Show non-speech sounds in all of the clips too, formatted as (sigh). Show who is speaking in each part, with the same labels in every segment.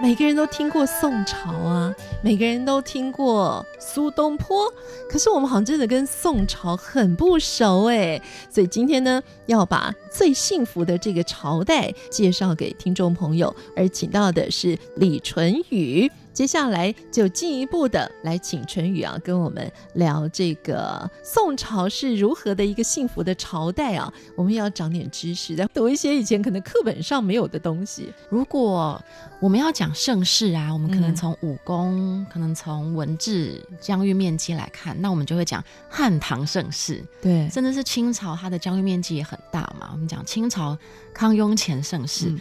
Speaker 1: 每个人都听过宋朝啊，每个人都听过苏东坡，可是我们好像真的跟宋朝很不熟哎。所以今天呢，要把最幸福的这个朝代介绍给听众朋友，而请到的是李淳宇。接下来就进一步的来请淳宇啊，跟我们聊这个宋朝是如何的一个幸福的朝代啊。我们也要长点知识，再读一些以前可能课本上没有的东西。
Speaker 2: 如果我们要讲盛世啊，我们可能
Speaker 1: 嗯
Speaker 2: 从武功，可能从文治、疆域面积来看，那我们就会讲汉唐盛世，
Speaker 1: 对
Speaker 2: 甚至是清朝，它的疆域面积也很大嘛。我们讲清朝康雍乾盛世，
Speaker 1: 嗯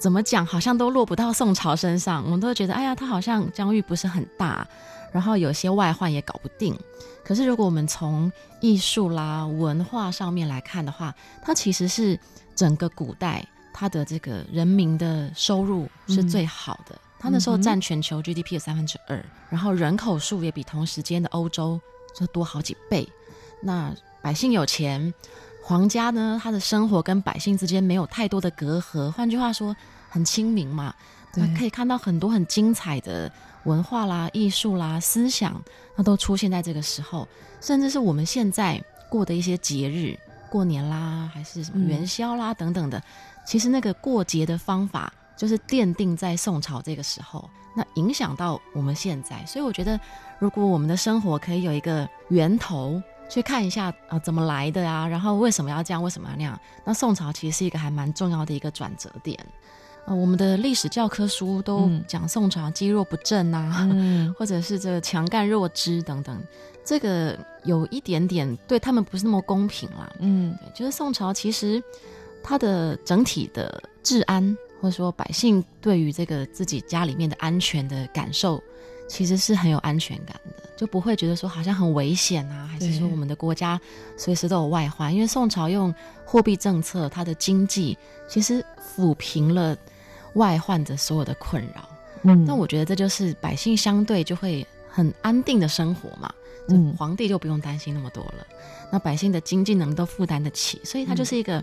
Speaker 2: 怎么讲好像都落不到宋朝身上，我们都会觉得哎呀，它好像疆域不是很大，然后有些外患也搞不定。可是如果我们从艺术啦、文化上面来看的话，它其实是整个古代它的这个人民的收入是
Speaker 1: 嗯
Speaker 2: 最好的。它那时候占全球 GDP 的三分之二，然后人口数也比同时间的欧洲就多好几倍。那百姓有钱，皇家呢，他的生活跟百姓之间没有太多的隔阂，换句话说，很亲民嘛。
Speaker 1: 对
Speaker 2: 那可以看到很多很精彩的文化啦、艺术啦、思想，那都出现在这个时候，甚至是我们现在过的一些节日，过年啦，还是什么
Speaker 1: 嗯
Speaker 2: 元宵啦、等等的，其实那个过节的方法就是奠定在宋朝这个时候，那影响到我们现在。所以我觉得，如果我们的生活可以有一个源头。去看一下，呃，怎么来的啊？然后为什么要这样？为什么要那样？那宋朝其实是一个还蛮重要的一个转折点。呃，我们的历史教科书都
Speaker 1: 嗯
Speaker 2: 讲宋朝积弱不振啊，
Speaker 1: 嗯，
Speaker 2: 或者是这个强干弱枝等等，这个有一点点对他们不是那么公平啦。
Speaker 1: 嗯
Speaker 2: 对，就是宋朝其实它的整体的治安，或者说百姓对于这个自己家里面的安全的感受，其实是很有安全感的，就不会觉得说好像很危险啊，还是
Speaker 1: 对
Speaker 2: 说我们的国家随时都有外患。因为宋朝用货币政策，它的经济其实抚平了外患的所有的困扰。
Speaker 1: 嗯
Speaker 2: 但我觉得这就是百姓相对就会很安定的生活嘛，就
Speaker 1: 嗯
Speaker 2: 皇帝就不用担心那么多了。那百姓的经济能力都负担得起，所以它
Speaker 1: 嗯
Speaker 2: 就是一个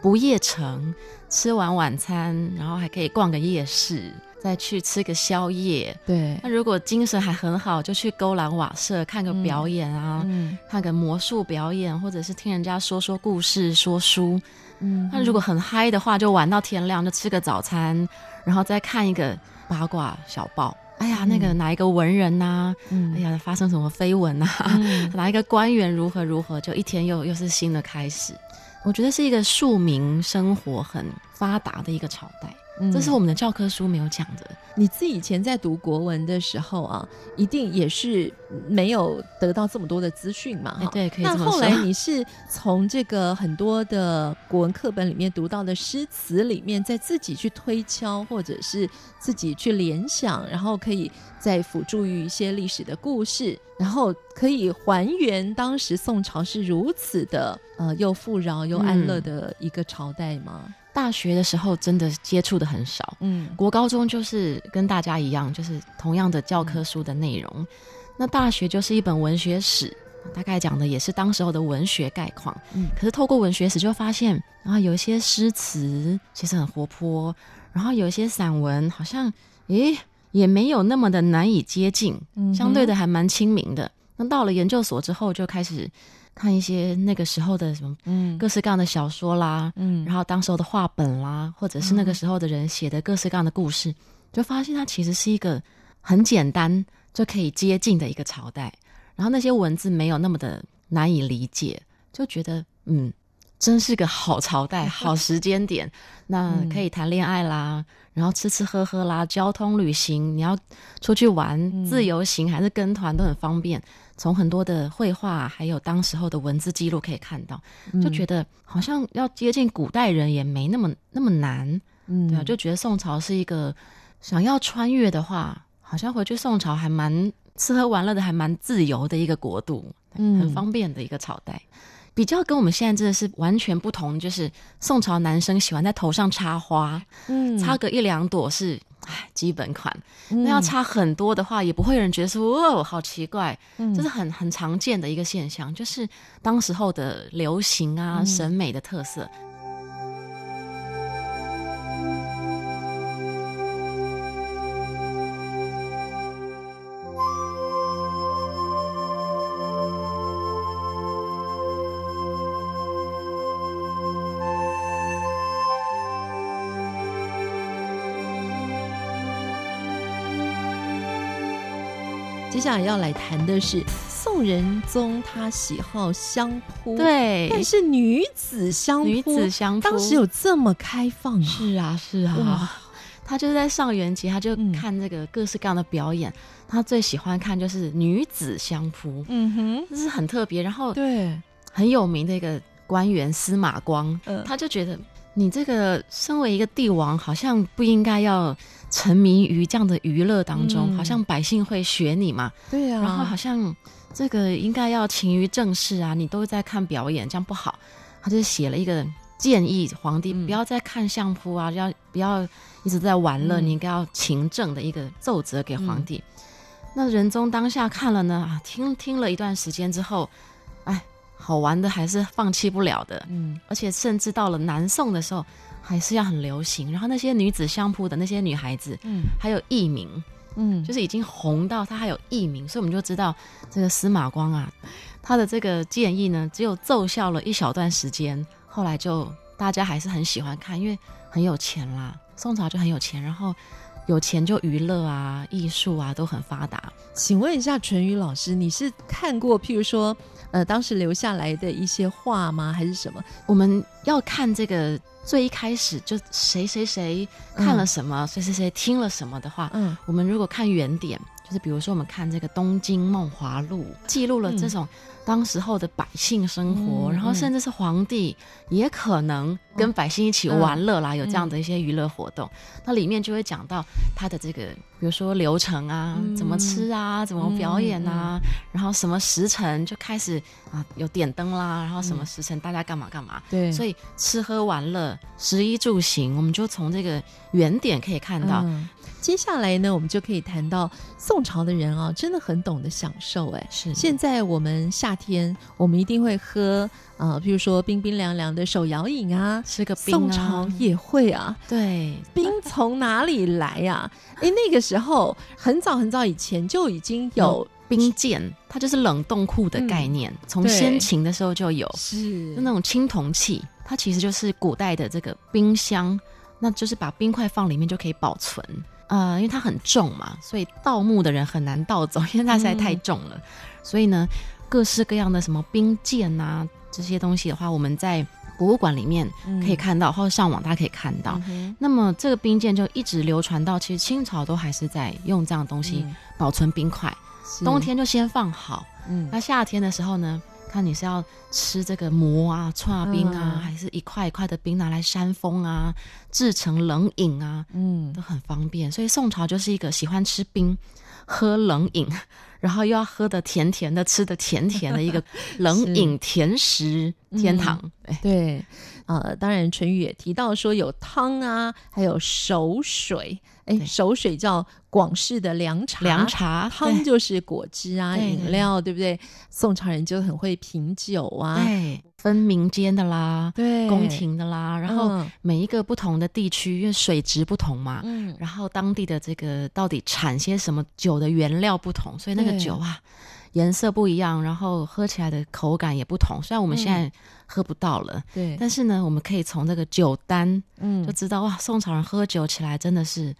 Speaker 2: 不夜城，吃完晚餐，然后还可以逛个夜市，再去吃个宵夜。
Speaker 1: 对，
Speaker 2: 那如果精神还很好，就去勾栏瓦舍看个表演啊，
Speaker 1: 嗯
Speaker 2: 看个魔术表演，或者是听人家说说故事、说书。
Speaker 1: 嗯
Speaker 2: 那如果很嗨的话，就玩到天亮，就吃个早餐，然后再看一个八卦小报。哎呀，那个哪一个文人呐、
Speaker 1: 嗯
Speaker 2: 哎呀，发生什么绯闻呐、
Speaker 1: 嗯
Speaker 2: (laughs) 哪一个官员如何如何，就一天又又是新的开始。我觉得是一个庶民生活很发达的一个朝代，
Speaker 1: 嗯
Speaker 2: 这是我们的教科书没有讲的。
Speaker 1: 你自己以前在读国文的时候啊，一定也是没有得到这么多的资讯嘛，
Speaker 2: 哎
Speaker 1: 哈。
Speaker 2: 对，可以
Speaker 1: 那
Speaker 2: 这么
Speaker 1: 后来
Speaker 2: 说。
Speaker 1: 你是从这个很多的国文课本里面读到的诗词里面，再自己去推敲，或者是自己去联想，然后可以再辅助于一些历史的故事，然后可以还原当时宋朝是如此的呃又富饶又安乐
Speaker 2: 嗯
Speaker 1: 的一个朝代吗？
Speaker 2: 大学的时候真的接触的很少，
Speaker 1: 嗯
Speaker 2: 国高中就是跟大家一样，就是同样的教科书的内
Speaker 1: 嗯
Speaker 2: 容。那大学就是一本文学史，大概讲的也是当时候的文学概况。
Speaker 1: 嗯
Speaker 2: 可是透过文学史就发现，啊，有一些诗词其实很活泼，然后有一些散文好像，诶，也没有那么的难以接近，
Speaker 1: 嗯哼
Speaker 2: 相对的还蛮亲民的。那到了研究所之后，就开始看一些那个时候的什么
Speaker 1: 嗯
Speaker 2: 各式各样的小说啦，
Speaker 1: 嗯
Speaker 2: 然后当时候的画本啦，或者是那个时候的人写的各式各样的故事，就发现它其实是一个很简单就可以接近的一个朝代。然后那些文字没有那么的难以理解，就觉得嗯，真是个好朝代、好时间点。那
Speaker 1: 嗯
Speaker 2: 可以谈恋爱啦，然后吃吃喝喝啦，交通旅行，你要出去玩、自由行还是跟团都很方便。从很多的绘画还有当时候的文字记录可以看到，
Speaker 1: 嗯
Speaker 2: 就觉得好像要接近古代人也没那么那么难，
Speaker 1: 嗯
Speaker 2: 对啊，就觉得宋朝是一个想要穿越的话，好像回去宋朝还蛮吃喝玩乐的，还蛮自由的一个国度，对
Speaker 1: 嗯
Speaker 2: 很方便的一个朝代。比较跟我们现在真的是完全不同，就是宋朝男生喜欢在头上插花，
Speaker 1: 嗯
Speaker 2: 插个一两朵是唉基本款，那要插很多的话，也不会有人觉得说哦好奇怪，
Speaker 1: 嗯
Speaker 2: 这是很很常见的一个现象，就是当时候的流行啊、
Speaker 1: 嗯
Speaker 2: 审美的特色。
Speaker 1: 接下来要来谈的是宋仁宗他喜好相扑，，
Speaker 2: 对，
Speaker 1: 哦但是女子相扑，
Speaker 2: 女子相扑，
Speaker 1: 当时有这么开放啊？
Speaker 2: 是啊是
Speaker 1: 哇
Speaker 2: 啊，他就是在上元节，他就
Speaker 1: 嗯
Speaker 2: 看这个各式各样的表演，他最喜欢看就是女子相扑，
Speaker 1: 嗯哼，
Speaker 2: 这是很特别，然后
Speaker 1: 对，
Speaker 2: 很有名的一个官员司马光，
Speaker 1: 嗯
Speaker 2: 他就觉得你这个身为一个帝王，好像不应该要沉迷于这样的娱乐当中，
Speaker 1: 嗯
Speaker 2: 好像百姓会学你嘛，
Speaker 1: 对啊，
Speaker 2: 然后好像这个应该要勤于政事啊，你都在看表演，这样不好。他就写了一个建议，皇帝
Speaker 1: 嗯
Speaker 2: 不要再看相扑啊，要不要一直在玩乐，
Speaker 1: 嗯
Speaker 2: 你应该要勤政的一个奏折给皇帝。那仁宗当下看了呢，啊，听听了一段时间之后，哎，好玩的还是放弃不了的，
Speaker 1: 嗯
Speaker 2: 而且甚至到了南宋的时候，还是要很流行。然后那些女子相扑的那些女孩子，
Speaker 1: 嗯
Speaker 2: 还有艺名，
Speaker 1: 嗯，
Speaker 2: 就是已经红到他还有艺名，所以我们就知道这个司马光啊，他的这个建议呢，只有奏效了一小段时间，后来就大家还是很喜欢看，因为很有钱啦，宋朝就很有钱，然后有钱就娱乐啊、艺术啊都很发达。
Speaker 1: 请问一下淳于老师，你是看过譬如说呃当时留下来的一些画吗？还是什么？
Speaker 2: 我们要看这个最一开始就谁谁谁看了什么， (laughs) 谁谁谁听了什么的话，
Speaker 1: 嗯
Speaker 2: 我们如果看原点，就是比如说我们看这个《东京梦华录》，记录了这种当时候的百姓生活，
Speaker 1: 嗯
Speaker 2: 然后甚至是皇帝也可能跟百姓一起玩乐
Speaker 1: 嗯
Speaker 2: 啦，有这样的一些娱乐活动。那里面就会讲到他的这个，比如说流程啊，
Speaker 1: 嗯
Speaker 2: 怎么吃啊，怎么表演啊，然后什么时辰就开始啊有点灯啦，然后什么时辰大家干嘛干嘛。
Speaker 1: 嗯对
Speaker 2: 所
Speaker 1: 以
Speaker 2: 以吃喝玩乐、食衣住行，我们就从这个原点可以看到，
Speaker 1: 嗯接下来呢，我们就可以谈到宋朝的人啊，真的很懂得享受哎、
Speaker 2: 是
Speaker 1: 现在我们夏天，我们一定会喝呃，譬如说冰冰凉凉的手摇饮啊，
Speaker 2: 吃个冰、啊、
Speaker 1: 宋朝也会啊，
Speaker 2: 对，
Speaker 1: 冰从哪里来呀、啊？哎，那个时候很早很早以前就已经有
Speaker 2: 冰鉴，它就是冷冻库的概念，从
Speaker 1: 对
Speaker 2: 先秦的时候就有，
Speaker 1: 是
Speaker 2: 就那种青铜器，它其实就是古代的这个冰箱，那就是把冰块放里面就可以保存。呃，因为它很重嘛，所以盗墓的人很难盗走，因为它实在太重了。所以呢，各式各样的什么冰鉴啊这些东西的话，我们在博物馆里面
Speaker 1: 嗯
Speaker 2: 可以看到，或者上网大家可以看到。那么这个冰鉴就一直流传到，其实清朝都还是在用这样的东西
Speaker 1: 嗯
Speaker 2: 保存冰块。冬，天就先放好，
Speaker 1: 嗯
Speaker 2: 那夏天的时候呢，看你是要吃这个馍啊、串冰啊，
Speaker 1: 嗯
Speaker 2: 还是一块一块的冰拿来扇风啊，制成冷饮啊，
Speaker 1: 嗯
Speaker 2: 都很方便。所以宋朝就是一个喜欢吃冰、喝冷饮，然后又要喝的甜甜的、吃的甜甜的
Speaker 1: (laughs)
Speaker 2: 一个冷饮甜食
Speaker 1: 嗯
Speaker 2: 天堂。哎对
Speaker 1: 对，呃，当然淳于也提到说有汤啊，还有熟水，哎，
Speaker 2: 对
Speaker 1: 熟水叫广式的凉茶，
Speaker 2: 凉。茶
Speaker 1: 汤就是果汁啊，
Speaker 2: 对
Speaker 1: 饮料，对不对？宋朝人就很会品酒啊，
Speaker 2: 对，哎分民间的啦，
Speaker 1: 对
Speaker 2: 宫，廷的啦，然后
Speaker 1: 嗯
Speaker 2: 每一个不同的地区，因为水质不同嘛，
Speaker 1: 嗯，
Speaker 2: 然后当地的这个到底产些什么酒的原料不同，所以那个
Speaker 1: 对
Speaker 2: 酒啊颜色不一样，然后喝起来的口感也不同。虽然我们
Speaker 1: 嗯
Speaker 2: 现在喝不到了，
Speaker 1: 对，
Speaker 2: 但是呢，我们可以从这个酒单
Speaker 1: 嗯
Speaker 2: 就，知道、哇，宋朝人喝酒起来真的是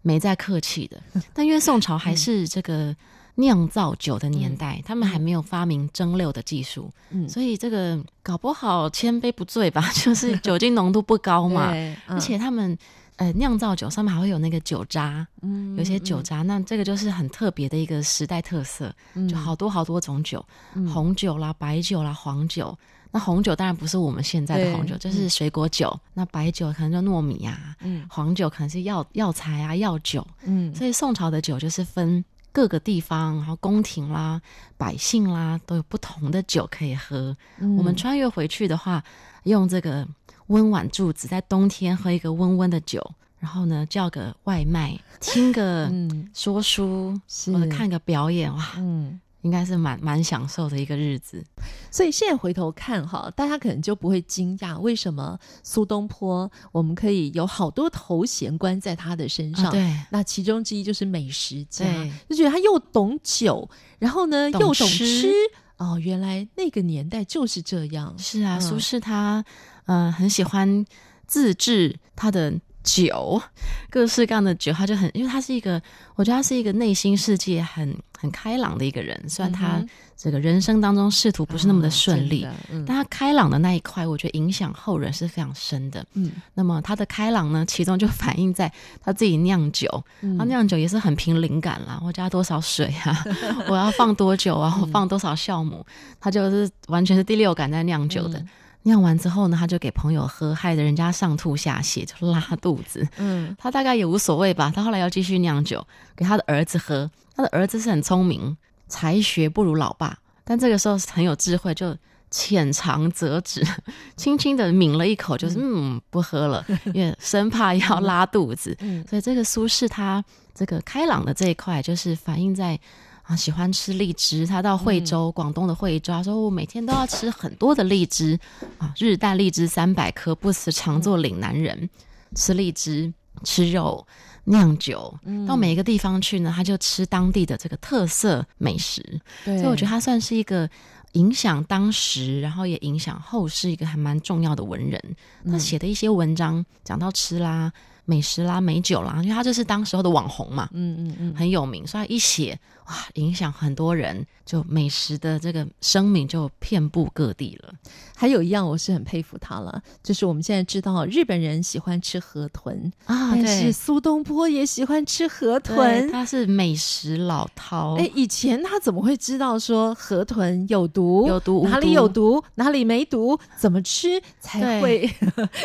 Speaker 2: 没在客气的。
Speaker 1: 嗯
Speaker 2: 但因为宋朝还是这个酿造酒的年代，他们还没有发明蒸馏的技术，
Speaker 1: 嗯
Speaker 2: 所以这个 (laughs) 搞不好千杯不醉吧，就是酒精浓度不高嘛。
Speaker 1: 对，嗯
Speaker 2: 而且他们呃酿造酒上面还会有那个酒渣，
Speaker 1: 嗯
Speaker 2: 有些酒渣，那这个就是很特别的一个时代特色，
Speaker 1: 嗯
Speaker 2: 就好多好多种酒，红酒啦、白酒啦、黄酒。那红酒当然不是我们现在的红酒，
Speaker 1: 对
Speaker 2: 就是水果酒。那白酒可能就糯米啊，
Speaker 1: 嗯
Speaker 2: 黄酒可能是药药材啊、药酒。
Speaker 1: 嗯
Speaker 2: 所以宋朝的酒就是分各个地方，然后宫廷啦、百姓啦，都有不同的酒可以喝。
Speaker 1: 嗯
Speaker 2: 我们穿越回去的话，用这个温碗柱子，在冬天喝一个温温的酒，然后呢叫个外卖，听个
Speaker 1: (laughs) 嗯
Speaker 2: 说书、
Speaker 1: 是
Speaker 2: 或者看个表演，哇，
Speaker 1: 嗯，
Speaker 2: 应该是蛮蛮享受的一个日子。
Speaker 1: 所以现在回头看哈，大家可能就不会惊讶为什么苏东坡我们可以有好多头衔冠在他的身上。
Speaker 2: 啊，对
Speaker 1: 那其中之一就是美食家，
Speaker 2: 对，
Speaker 1: 就觉得他又懂酒，然后呢
Speaker 2: 懂
Speaker 1: 又懂
Speaker 2: 吃
Speaker 1: 吃。哦，原来那个年代就是这样。
Speaker 2: 是啊，
Speaker 1: 嗯
Speaker 2: 苏轼他呃很喜欢自制他的酒，各式各样的酒，他就很，因为他是一个，我觉得他是一个内心世界很很开朗的一个人。虽然他
Speaker 1: 嗯哼
Speaker 2: 这个人生当中仕途不是那么的顺利，
Speaker 1: 啊真的
Speaker 2: 但他开朗的那一块，我觉得影响后人是非常深的。
Speaker 1: 嗯
Speaker 2: 那么他的开朗呢，其中就反映在他自己酿酒，
Speaker 1: 嗯
Speaker 2: 他酿酒也是很凭灵感啦，我加多少水啊，我要放多久啊，我放多少酵母，他就是完全是第六感在酿酒的。酿完之后呢，他就给朋友喝，害得人家上吐下泻，就拉肚子。
Speaker 1: 嗯
Speaker 2: 他大概也无所谓吧。他后来要继续酿酒，给他的儿子喝。他的儿子是很聪明，才学不如老爸，但这个时候是很有智慧，就浅尝辄止， (laughs) 轻轻的抿了一口，就是嗯不喝了，因为生怕要拉肚子。
Speaker 1: 嗯
Speaker 2: 所以这个苏轼他这个开朗的这一块，就是反映在啊喜欢吃荔枝。他到惠州，
Speaker 1: 嗯
Speaker 2: 广东的惠州，他说我每天都要吃很多的荔枝啊，日啖荔枝三百颗，不辞常作岭南人。吃荔枝、吃肉、酿酒，
Speaker 1: 嗯
Speaker 2: 到每一个地方去呢，他就吃当地的这个特色美食。
Speaker 1: 对，
Speaker 2: 所以我觉得
Speaker 1: 得
Speaker 2: 他算是一个影响当时，然后也影响后世一个还蛮重要的文人。
Speaker 1: 嗯
Speaker 2: 他写的一些文章讲到吃啦、美食啦、美酒啦，因为他就是当时候的网红嘛，
Speaker 1: 嗯嗯嗯
Speaker 2: 很有名，所以他一写哇，影响很多人，就美食的这个声名就遍布各地了。
Speaker 1: 还有一样我是很佩服他了，就是我们现在知道日本人喜欢吃河豚，
Speaker 2: 啊
Speaker 1: 但是苏东坡也喜欢吃河
Speaker 2: 对，
Speaker 1: 豚。
Speaker 2: 他是美食老饕。
Speaker 1: 哎，以前他怎么会知道说河豚有毒？
Speaker 2: 有毒无
Speaker 1: 哪里有毒？哪里没毒？怎么吃才会 (laughs)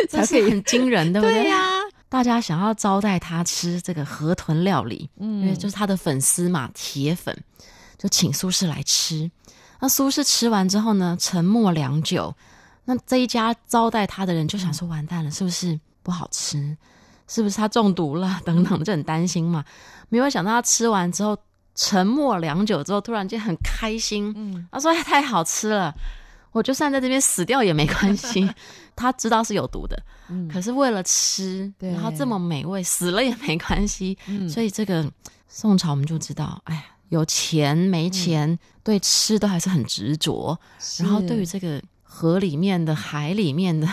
Speaker 1: 才
Speaker 2: 这
Speaker 1: 可
Speaker 2: 是
Speaker 1: 以？
Speaker 2: 很惊人，对不对？
Speaker 1: 对呀、
Speaker 2: 大家想要招待他吃这个河豚料理，因为就是他的粉丝嘛，铁粉，就请苏轼来吃。那苏轼吃完之后呢，沉默良久。那这一家招待他的人就想说，完蛋了，是不是不好吃？是不是他中毒了？等等，就很担心嘛。没有想到他吃完之后，沉默良久之后，突然间很开心，
Speaker 1: 嗯
Speaker 2: 他说哎太好吃了，我就算在这边死掉也没
Speaker 1: (laughs)
Speaker 2: 关系。他知道是有毒的，
Speaker 1: 嗯
Speaker 2: 可是为了吃，
Speaker 1: 对
Speaker 2: 然后这么美味，死了也没关系。
Speaker 1: 嗯
Speaker 2: 所以这个宋朝我们就知道，哎呀，有钱没钱，对吃都还是很执着。然后对于
Speaker 1: 嗯是
Speaker 2: 这个河里面的、海里
Speaker 1: (laughs)
Speaker 2: 面的、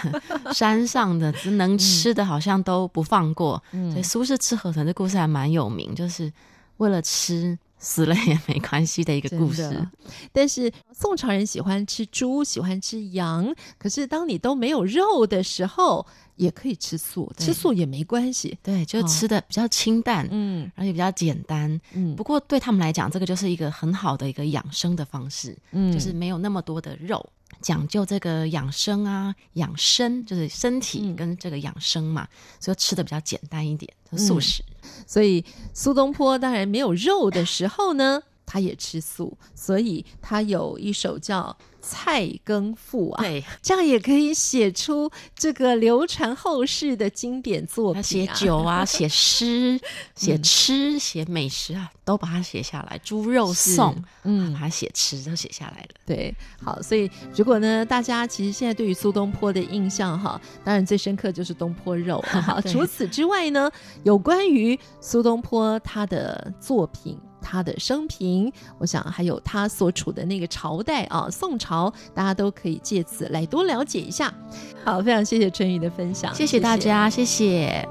Speaker 2: 山上的，只
Speaker 1: 嗯
Speaker 2: 能吃的，好像都不放过。所以苏轼吃河豚的故事还蛮有名，就是为了吃死了也没关系的一个故
Speaker 1: 真
Speaker 2: 事
Speaker 1: 的。但是宋朝人喜欢吃猪，喜欢吃羊，可是当你都没有肉的时候，也可以吃素，
Speaker 2: 对
Speaker 1: 吃素也没关系。
Speaker 2: 对，就
Speaker 1: 哦
Speaker 2: 吃的比较清淡，
Speaker 1: 嗯
Speaker 2: 而且比较简单。
Speaker 1: 嗯
Speaker 2: 不过对他们来讲，这个就是一个很好的一个养生的方式，
Speaker 1: 嗯
Speaker 2: 就是没有那么多的肉，讲究这个养生啊，养生就是身体
Speaker 1: 嗯
Speaker 2: 跟这个养生嘛，所以吃的比较简单一点，就素食。 (laughs)
Speaker 1: 所以苏东坡当然没有肉的时候呢，他也吃素，所以他有一首叫《菜根赋》啊，
Speaker 2: 对，
Speaker 1: 这样也可以写出这个流传后世的经典作品、
Speaker 2: 他
Speaker 1: 啊。
Speaker 2: 写酒
Speaker 1: (laughs)
Speaker 2: 啊，写诗，写
Speaker 1: 嗯
Speaker 2: 吃，写美食啊，都把它写下来。猪肉
Speaker 1: 是
Speaker 2: 颂，
Speaker 1: 嗯
Speaker 2: 把它写吃都写下来了。
Speaker 1: 对，好，所以如果呢，大家其实现在对于苏东坡的印象哈，当然最深刻就是东坡肉啊 (laughs) 哈。
Speaker 2: 对
Speaker 1: 除此之外呢，有关于苏东坡他的作品。他的生平，我想还有他所处的那个朝代啊，宋朝，大家都可以借此来多了解一下。好，非常谢谢春雨的分享，
Speaker 2: 谢谢大。家，谢谢